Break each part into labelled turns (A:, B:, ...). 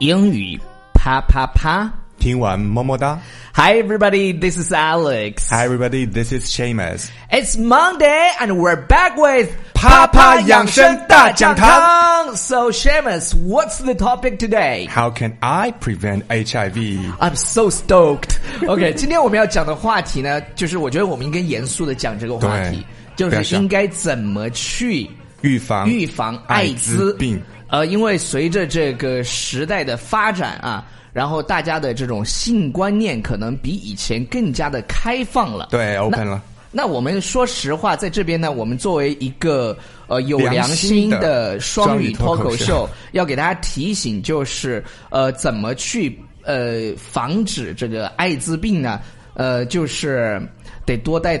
A: 英语啪啪啪。
B: 听完么么哒
A: Hi everybody, this is Alex.
B: ！Hi everybody, this is Shamus。
A: It's Monday and we're back with
B: 啪啪养生大讲
A: 堂。So Shamus, what's the topic today?
B: How can I prevent HIV？
A: I'm so stoked. OK，今天我们要讲的话题呢，就是我觉得我们应该严肃的讲这个话题，
B: 对
A: 就是应该怎么去
B: 预防
A: 预防艾滋
B: 病。
A: 呃，因为随着这个时代的发展啊，然后大家的这种性观念可能比以前更加的开放了。
B: 对，open 了。
A: 那我们说实话，在这边呢，我们作为一个呃有良心
B: 良心
A: 的
B: 的
A: 双语脱口
B: 双语脱口
A: 秀
B: 秀，
A: 要给大家提醒，就是呃怎么去呃防止这个艾滋病呢？呃，就是得多戴，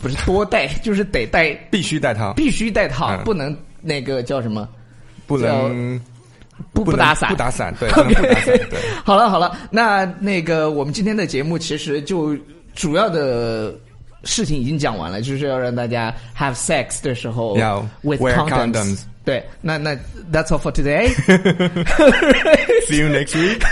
A: 不是多戴， 就是得戴，
B: 必须戴套，
A: 必须戴套，
B: 嗯
A: 不能那个叫什么。
B: 不能
A: 不
B: 不能
A: 打伞，
B: 不打伞对
A: OK
B: 不能不打伞对
A: 好了好了，那那个我们今天的节目其实就主要的事情已经讲完了，就是要让大家 have sex 的时候
B: 要
A: with
B: wear
A: condoms。
B: condoms
A: 对，那那 that's all for today 。
B: See you next week.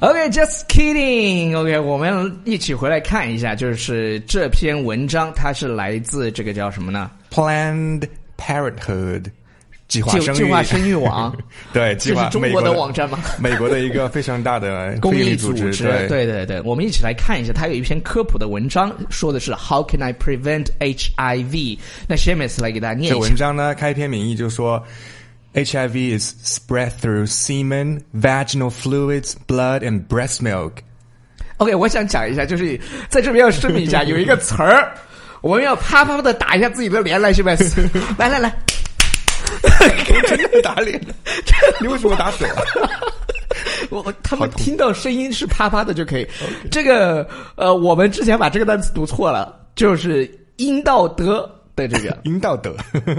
A: OK，just、kidding。OK，我们一起回来看一下，就是这篇文章它是来自这个叫什么呢？
B: Planned Parenthood 计划
A: 计
B: 生育
A: 计划生育网
B: 对，计划
A: 这是中
B: 美
A: 国
B: 国
A: 的网站吗
B: 美国的一个非 常大的
A: 公
B: 非
A: 益
B: 利
A: 组
B: 织，
A: 对
B: 对
A: 对对，我们一起来看一下，它有一篇科普的文章，说的
B: 嗯
A: 是 How can I prevent HIV？那 Shamus 来给大家念
B: 这
A: 一
B: 文
A: 下。
B: 章呢，开篇名义就说，HIV is spread through semen, vaginal fluids, blood and breast milk。
A: OK，我想讲一下，就是在这边要声明一下，有一个词 儿，我们要啪啪的打一下自己的脸来，Shamus，来来来，
B: 真的打脸？你为什么打手啊？
A: 我我他们听到声音是啪啪的就可以。这个呃，我们之前把这个单词读错了，就是阴道德的这个
B: 阴道的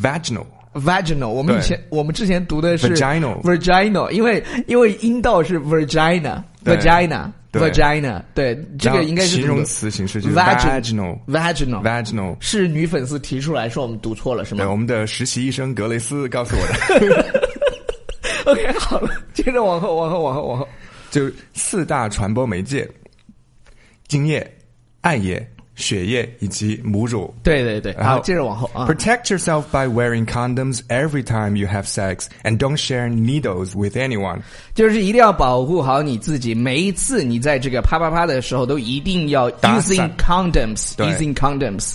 B: vaginal，
A: vaginal，我们以
B: 对
A: 前我们之前读的是
B: Vaginal
A: vaginal，因为因为阴道是 vagina
B: 对
A: vagina
B: 对
A: vagina，对，这个应该是
B: 然后形容词形式就是 vaginal
A: vaginal vaginal
B: vaginal。
A: 是女粉丝提出来说我们读错了是
B: 对，
A: 吗
B: 我们的实习医生格雷斯告诉我的。
A: ？OK，好了，接着往后往后往后往后。
B: 就四大传播媒介：精液、艾叶、血液以及母乳。
A: 对对对，
B: 然后
A: 好，接着往后啊。
B: Protect yourself by wearing condoms every time you have sex and don't share needles with anyone.
A: 就是一定要保护好你自己。每一次你在这个啪啪啪的时候，都一定要
B: 打伞
A: using condoms，using
B: 对
A: using condoms。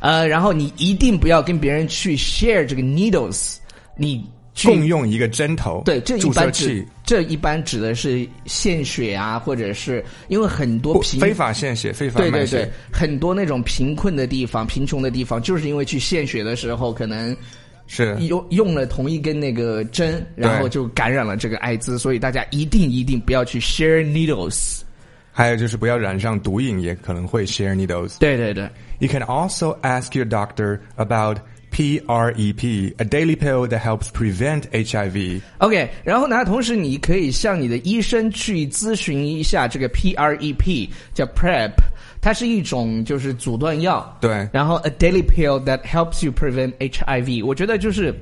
A: 呃，然后你一定不要跟别人去 share 这个 needles，你去
B: 共用一个针头，
A: 对这一
B: 注射
A: 般指
B: 器，
A: 这一般指的是献血啊，或者是因为很多
B: 不
A: 贫
B: 非法献血、非法
A: 对
B: 卖
A: 对
B: 血。
A: 对，很多那种贫困的地方、贫穷的地方，就是因为去献血的时候可能。
B: 是
A: 用用了同一根那个针，然后就感染了这个艾滋，所以大家一定一定不要去 share needles。
B: 还有就是不要染上毒瘾，也可能会 share needles。
A: 对对对
B: You can also ask your doctor about PrEP, a daily pill that helps prevent HIV.
A: ，OK。然后呢，同时你可以向你的医生去咨询一下这个 PrEP，叫 PrEP，它是一种就是阻断药。
B: 对
A: 然后 a daily pill that helps you prevent HIV，我觉得就是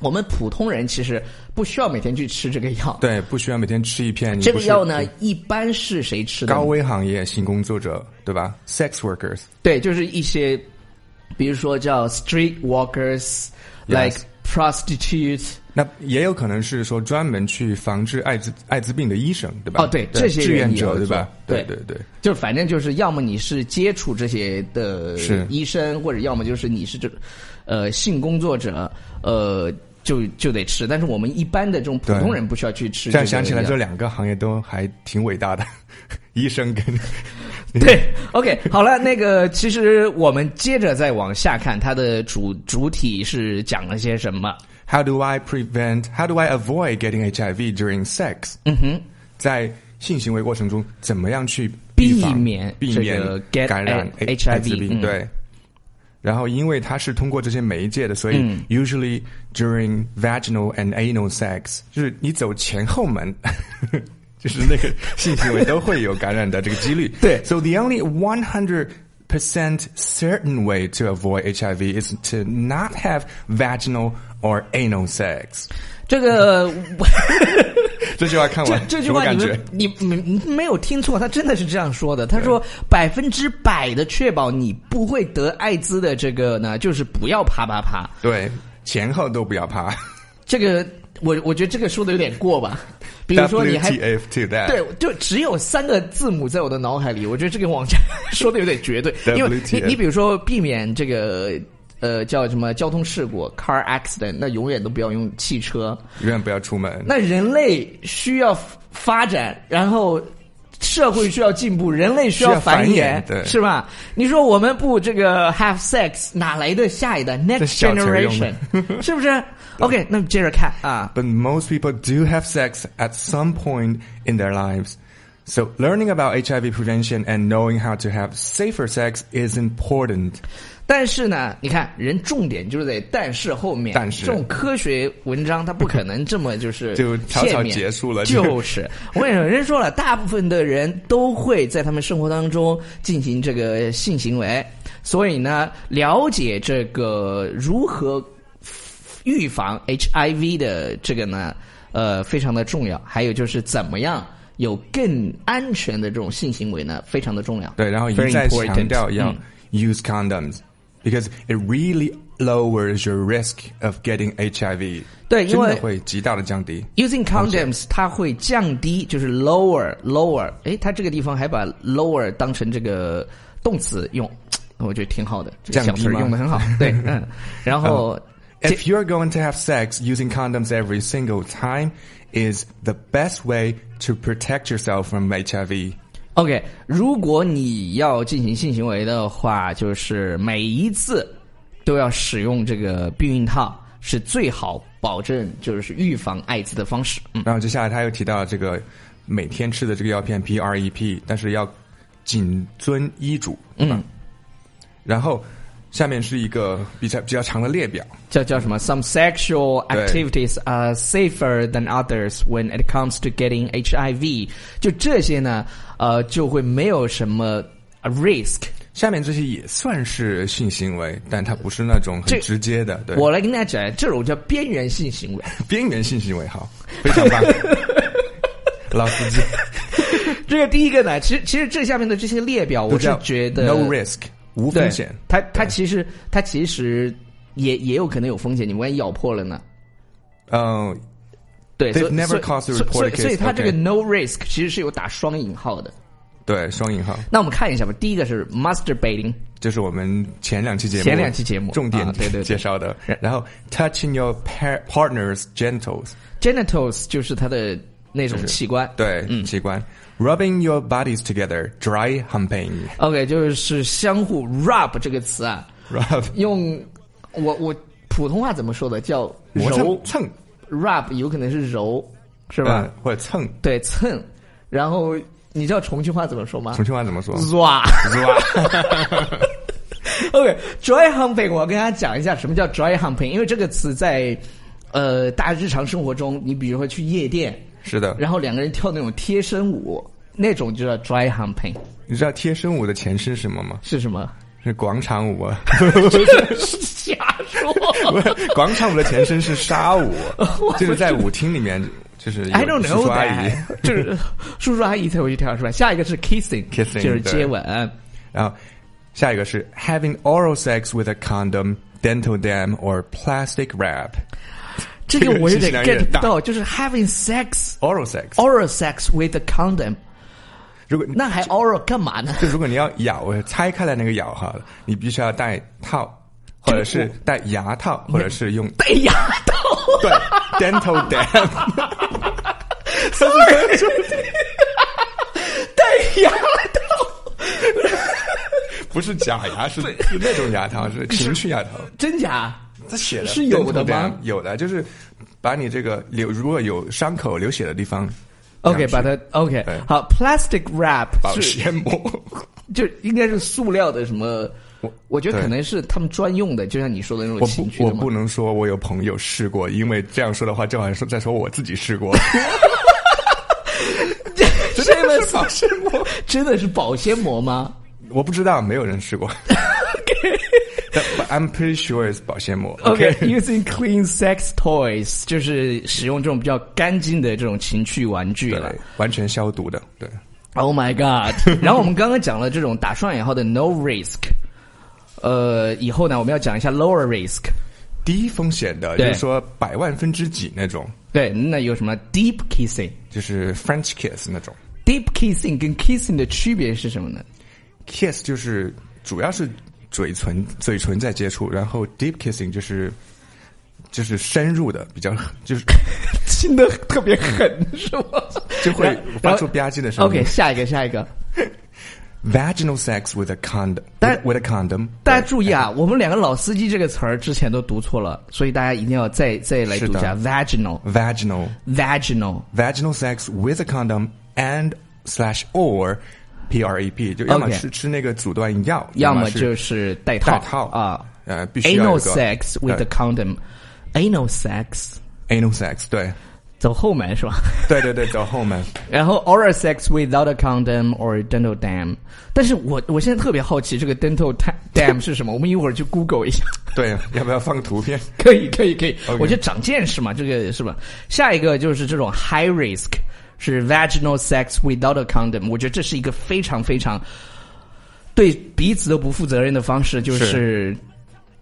A: 我们普通人其实不需要每天去吃这个药。
B: 对，不需要每天吃一片。你
A: 这个
B: 不是
A: 药呢，一般是谁吃的呢？
B: 高危行业性工作者，对吧？Sex workers，
A: 对，就是一些，比如说叫 street walkers，like
B: Yes.
A: prostitute。
B: 那也有可能是说专门去防治艾滋艾滋病的医生，对吧？
A: 哦对这些
B: 志愿
A: 人也有
B: 者，对吧？
A: 做
B: 对
A: 对
B: 对对，
A: 就反正就是，要么你是接触这些的
B: 是
A: 医生，或者要么就是你是这，呃，性工作者，呃，就就得吃。但是我们一般的这种普通
B: 对
A: 人不需要去吃个
B: 这
A: 药。
B: 样想起来，这两个行业都还挺伟大的， 医生跟
A: 对，OK，好了，那个其实我们接着再往下看，它的主主体是讲了些什么？
B: How do I prevent? How do I avoid getting HIV during sex？嗯哼，在性行为过程中，怎么样去预防
A: 避免
B: 避免
A: 这个 get
B: 感染
A: a-
B: A-
A: HIV
B: 艾滋病？
A: 嗯
B: 对。然后，因为它是通过这些媒介的，所以 usually during vaginal and anal sex，就是你走前后门， 就是那个性行为都会有感染的这个几率。
A: 对
B: ，so the only one hundred percent certain way to avoid HIV is to not have vaginal or anal sex。
A: 这个
B: 这句话看
A: 这
B: 完
A: 这句
B: 什么
A: 话
B: 感
A: 你
B: 觉
A: 们？你没没有听错，他真的是这样说的。他说百分之百的确保你不会得艾滋的这个呢，就是不要啪啪啪。
B: 对，前后都不要怕。
A: 这个我我觉得这个说的有点过 吧。比如说你还
B: WTF to that？
A: 对，就只有三个字母在我的脑海里，我觉得这个网站说的有点 绝对，因为你
B: WTF
A: 你比如说避免这个。呃，叫什么交通事故 （car accident）？那永远都不要用汽车。
B: 永远不要出门。
A: 那人类需要发展，然后社会需要进步，人类需
B: 需要
A: 繁
B: 繁衍对
A: 是吧？你说我们不这个 have sex，哪来的下一代 next
B: 小词儿用
A: generation？是不 是？OK，那么接着看啊，
B: But most people do have sex at some point in their lives. So learning about HIV prevention and knowing how to have safer sex is important.
A: 但是呢，你看人重点就是在但是后面，
B: 但是
A: 这种科学文章它不可能这么就是
B: 就草草
A: 片面
B: 结束了
A: 就是我跟你说，人说了，大部分的人都会在他们生活当中进行这个性行为，所以呢，了解这个如何预防 HIV 的这个呢，呃，非常的重要。还有就是怎么样。有更安全的这种性行为呢，非常的重要。
B: 对，然后一
A: Very
B: 再强
A: important Mm.
B: 调要
A: 嗯
B: use condoms because it really lowers your risk of getting HIV.
A: 对，因
B: 真
A: 为
B: 的会极大的降低。
A: Using condoms，它会降低，就是 lower lower。诶，它这个地方还把 lower 当成这个动词用，我觉得挺好的，这个
B: 降
A: 小
B: 低
A: 词儿
B: 吗
A: 用的很 好。对，嗯，然后。接
B: If you're going to have sex, using condoms every single time is the best way to protect yourself from HIV.
A: OK，如果你要进行性行为的话，就是每一次都要使用这个避孕套，是最好保证就是预防艾滋的方式。嗯，
B: 然后接下来他又提到这个每天吃的这个药片 PREP，但是要谨遵医嘱，
A: 嗯
B: 对吧？然后下面是一个比较比较长的列表，
A: 叫叫什么？Some sexual
B: 对
A: activities are safer than others when it comes to getting HIV。就这些呢，呃，就会没有什么呃 risk。
B: 下面这些也算是性行为，但它不是那种
A: 这
B: 很直接的，对，
A: 我来跟大家讲，这种叫边缘性行为。
B: 边缘性行为好，非常棒，老司机
A: 这个第一个呢，其实其实这下面的这些列表，我
B: 都
A: 是
B: 叫
A: 觉得
B: no risk 无
A: 对
B: 风险，，
A: 它它其实它其实也也有可能有风险，你万一咬破了呢？
B: 嗯、
A: 对，
B: They've
A: 所以
B: never
A: 所以
B: caused
A: 所
B: a
A: 以所以
B: reported
A: 所以
B: case，
A: 它这个
B: OK
A: no risk 其实是有打双引号的。
B: 对，双引号，
A: 那我们看一下吧，第一个是 masturbating。
B: 就是我们前两期节目，
A: 前两期节目
B: 重点、
A: 啊对对对
B: 介绍的，然后 touching your par- partner's genitals。
A: 嗯 genitals 就是它的那种器官。
B: 对，器官。Rubbing your bodies together, dry humping.
A: OK，就是相互 rub 这个词啊，
B: Rub
A: 用我我普通话怎么说的？叫
B: 磨蹭
A: 揉
B: 蹭
A: rub，有可能是揉，是
B: 是
A: 吧？
B: 或者蹭，
A: 对，蹭。然后你知道重庆话怎么说吗
B: 重？庆话怎 么说？
A: 抓。
B: 是吧？
A: OK，dry、humping，我跟大家讲一下什么叫 dry humping，因为这个词在呃大家日常生活中，你比如说去夜店，
B: 是的。
A: 然后两个人跳那种贴身舞，那种就叫 dry humping，
B: 你知道贴身舞的前身是什么 吗？
A: 是什么？
B: 是广场 舞啊！
A: 瞎
B: 不
A: 说。
B: 是广场舞的前身是沙舞，啊 就是在舞厅里面，就是有
A: I don't
B: 叔
A: know
B: 叔阿姨
A: that，就是叔叔阿姨才会去跳是吧？下一个是 kissing，,
B: Kissing，
A: 就是接吻。
B: 然后下一个是 having oral sex with a condom, dental dam or plastic wrap.
A: 这个我有点
B: 这个信息量有
A: get
B: 点
A: 不
B: 大
A: 到，就是 having sex
B: Oral sex，
A: oral sex with a condom，
B: 如果
A: 哦那还 oral 干嘛呢？
B: 就如果你要咬，拆开来那个咬哈，你必须要戴套，或者是戴牙套，或者是用
A: 戴牙套。
B: 对 dental dam，
A: 戴牙套，
B: 不是假牙，是是那种牙套，是情趣牙套。
A: 真假？
B: 它写的
A: 是有的
B: dental
A: 吗
B: dam，有的，就是把你这个流如果有伤口流血的地方
A: OK，
B: 上去
A: 把它 OK
B: 对
A: 好，plastic wrap
B: 保
A: 是
B: 鲜膜。
A: 就应该是塑料的什么？我我觉得
B: 对
A: 可能是他们专用的，就像你说的那种
B: 我
A: 情
B: 不
A: 趣
B: 我
A: 的嘛
B: 不。能说我有朋友试过，因为这样说的话，正好像说在说我自己试 过，
A: 这
B: 真的
A: 个
B: 是保鲜膜。
A: 真的是保鲜膜吗？
B: 我不知道，没有人吃 过。但 but I'm pretty sure is 保鲜膜。
A: OK，using、clean sex toys 就是使用这种比较干净的这种情趣玩具了
B: 对。，完全消毒的，对。
A: Oh my god！然后我们刚刚讲了这种打双引号的 no risk，呃，以后呢我们要讲一下 lower risk。
B: 低风险的，就
A: 对
B: 是说百万分之几那种，
A: 对，那有什么 deep kissing？deep
B: 就是 French kiss 那种。
A: kissing 跟 kissing 的区别是什么呢？
B: kiss 就是主要是嘴唇嘴唇在接触，然后 deep kissing 就是就是深入的，比较就是
A: 亲的特别狠是吗？
B: 就会
A: 然后
B: 发出吧唧的声音。
A: OK，下一个，下一个。
B: vaginal sex with a condom，
A: 但
B: with a condom，
A: 大家注意啊，我们两个“老司机”这个词儿之前都读错了，所以大家一定要再再来读一下
B: 是
A: vaginal
B: vaginal
A: vaginal。
B: vaginal sex with a condom and slash or P R E P，就要么
A: OK
B: 是吃那个阻断药，
A: 要么
B: 么是
A: 就是带套
B: 戴套
A: 啊。
B: 呃，必须要有
A: anal
B: 一个
A: sex with a
B: 对
A: condom，anal sex
B: anal sex，对，
A: 走后门是吧？
B: 对对对，走后门。
A: 然后 oral sex without a condom or dental dam。但是我我现在特别好奇这个 dental ta- dam 是什么，我们一会儿去 Google 一下。
B: 对，要不要放个图片？
A: 可以，可以，可以
B: OK
A: 我觉得长见识嘛，这个是吧？下一个就是这种 high risk，是 vaginal sex without a condom。我觉得这是一个非常非常对彼此都不负责任的方式，就是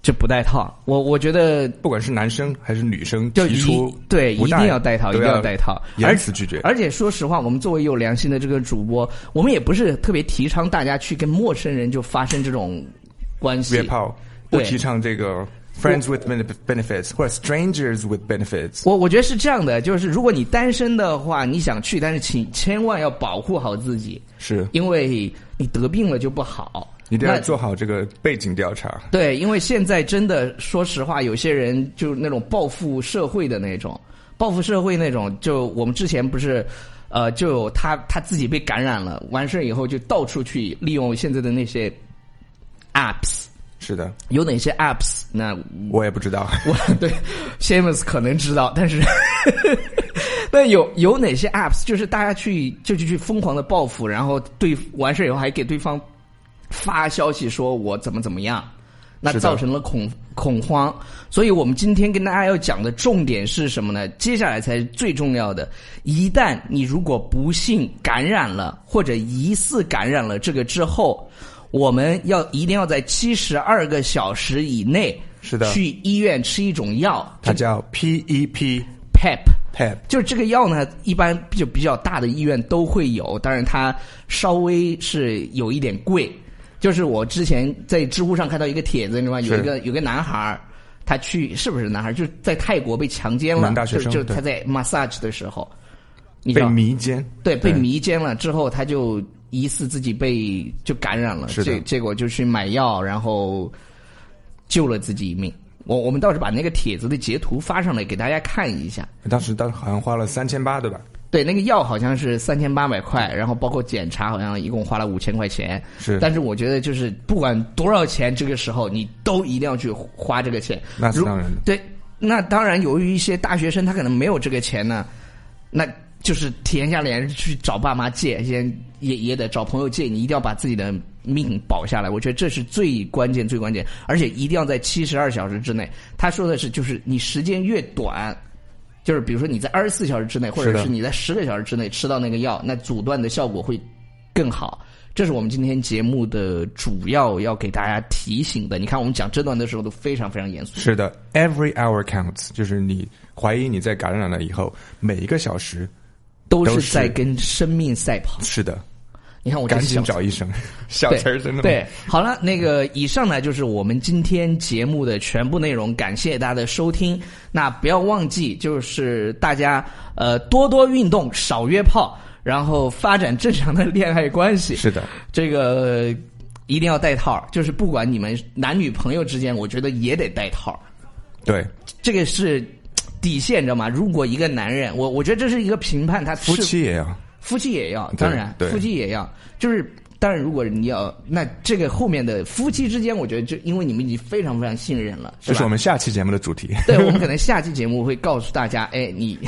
A: 就不戴套。我我觉得
B: 不管是男生还是女生，
A: 就
B: 提
A: 一
B: 出
A: 对一
B: 不戴
A: 定要戴套，一
B: 都
A: 定
B: 要
A: 戴套，而
B: 严词拒绝。
A: 而且说实话，我们作为有良心的这个主播，我们也不是特别提倡大家去跟陌生人就发生这种关系
B: 约。炮啊不
A: 对
B: 提倡这个 friends with bene- benefits 或者 strangers with benefits。
A: 我我觉得是这样的，就是如果你单身的话，你想去，但是请千万要保护好自己，
B: 是
A: 因为你得病了就不好。
B: 一定要
A: 那
B: 做好这个背景调查。
A: 对，因为现在真的，说实话，有些人就是那种报复社会的那种，报复社会那种，就我们之前不是。呃，就有他他自己被感染了，完事儿以后就到处去利用现在的那些 apps，
B: 是的，
A: 有哪些 apps？那
B: 我也不知道。
A: 嗯我 对 Shamus 可能知道，但是 那有有哪些 apps 就是大家去就是去疯狂的报复，然后对完事以后还给对方发消息说我怎么怎么样，那
B: 是的
A: 造成了恐恐慌。所以我们今天跟大家要讲的重点是什么呢？接下来才是最重要的。一旦你如果不幸感染了或者疑似感染了这个之后。我们要一定要在七十二个小时以内，
B: 是的
A: 去医院吃一种药，
B: 它叫 E PEP
A: PEP。
B: PEP，
A: 就是这个药呢，一般就比较大的医院都会有，当然它稍微是有一点贵。就是我之前在知乎上看到一个帖子，你知道吗？有
B: 是
A: 一个有个男孩儿，他去是不是男孩儿？就是在泰国被强奸了，
B: 男大学生
A: 就是就
B: 对
A: 他在 massage 的时候，你知
B: 被
A: 道
B: 迷奸。
A: 对，被迷奸了之后，他就疑似自己被就感染了，
B: 是的
A: 结结果就去买药，然后救了自己一命。我我们倒是把那个帖子的截图发上来给大家看一下。
B: 当时当时好像花了三千八，对吧？
A: 对，那个药好像是三千八百块，然后包括检查，好像一共花了五千块钱。
B: 是
A: 但是我觉得就是不管多少钱，这个时候你都一定要去花这个钱。
B: 那是
A: 如
B: 当然的。
A: 对，那当然，由于一些大学生他可能没有这个钱呢，那就是甜下脸去找爸妈借，先也也得找朋友借，你一定要把自己的命保下来。我觉得这是最关键、最关键，而且一定要在七十二小时之内。他说的是，就是你时间越短。就是比如说你在二十四小时之内，或
B: 是
A: 者
B: 的
A: 是你在十个小时之内吃到那个药，那阻断的效果会更好。这是我们今天节目的主要要给大家提醒的。你看，我们讲这段的时候都非常非常严肃。
B: 是的，every hour counts，就是你怀疑你在感染了以后，每一个小时，
A: 都
B: 都
A: 是
B: 是
A: 在跟生命赛跑。
B: 是的，
A: 你看我这
B: 赶
A: 个
B: 紧
A: 小
B: 找医生。小
A: 对
B: 词儿真的吗
A: 对，好了，那个以上呢就是我们今天节目的全部内容，感谢大家的收听。那不要忘记，就是大家呃多多运动，少约炮，然后发展正常的恋爱关系。
B: 是的，
A: 这个一定要戴套，就是不管你们男女朋友之间，我觉得也得戴套。
B: 对，
A: 这个是底线，你知道吗？如果一个男人，我我觉得这是一个评判他
B: 夫
A: 是
B: 妻也要。
A: 夫妻也要，
B: 对
A: 当然
B: 对
A: 夫妻也要，就是当然如果你要那这个后面的夫妻之间，我觉得就因为你们已经非常非常信任了，
B: 这
A: 是
B: 是我
A: 吧？
B: 们下期节目的主题。
A: 对，我们可能下期节目会告诉大 家，哎，你，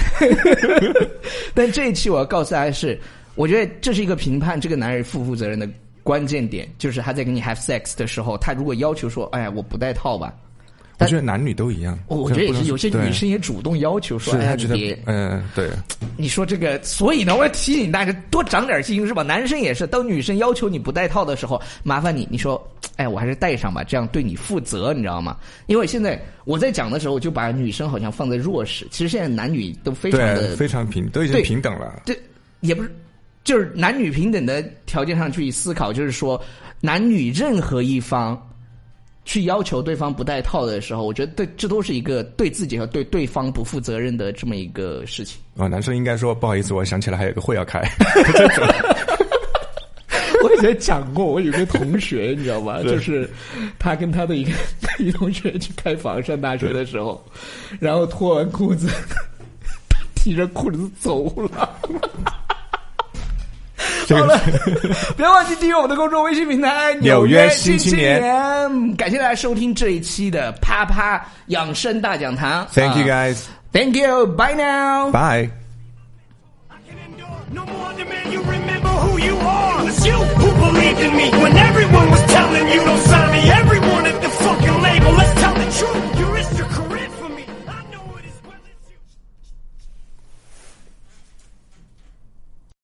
A: 但这一期我要告诉大家是，我觉得这是一个评判这个男人负不负责任的关键点就是他在跟你 have sex 的时候，他如果要求说，哎，我不戴套吧，
B: 我
A: 但
B: 觉得男女都一样。
A: 我我觉得也
B: 不
A: 是，
B: 能
A: 有些
B: 对
A: 女生也主动要求说，
B: 是
A: 哎呀，
B: 他
A: 你
B: 觉
A: 别
B: 得，嗯，对，
A: 你说这个，所以呢，我要提醒大家多长点心，是吧？男生也是，当女生要求你不戴套的时候，麻烦你，你说，哎，我还是戴上吧，这样对你负责，你知道吗？因为现在我在讲的时候，就把女生好像放在弱势，其实现在男女都非常
B: 对，
A: 的
B: 非常平，都已经
A: 对
B: 平等了。
A: 这也不是，就是男女平等的条件上去思考，就是说男女任何一方去要求对方不戴套的时候，我觉得对这都是一个对自己和对对方不负责任的这么一个事情。
B: 啊，男生应该说不好意思，我想起来还有个会 要开。
A: 我以前讲过，我有个同学，你知道吗？
B: 对
A: 就是他跟他的一个 女同学去开房，上大学的时候，然后脱完裤子， 提着裤子走了。
B: 这
A: 好
B: 个
A: 了，别忘记订阅我们的公众微信平台《
B: 纽
A: 约
B: 约新
A: 青
B: 青年
A: 年感谢大家收听这一期的啪啪养生大讲堂。
B: Thank you
A: 啊
B: guys.
A: Thank you. Bye now.
B: Bye.
C: I can endure No more demand you remember who you are. It was you who believed in me when everyone was telling you don't sign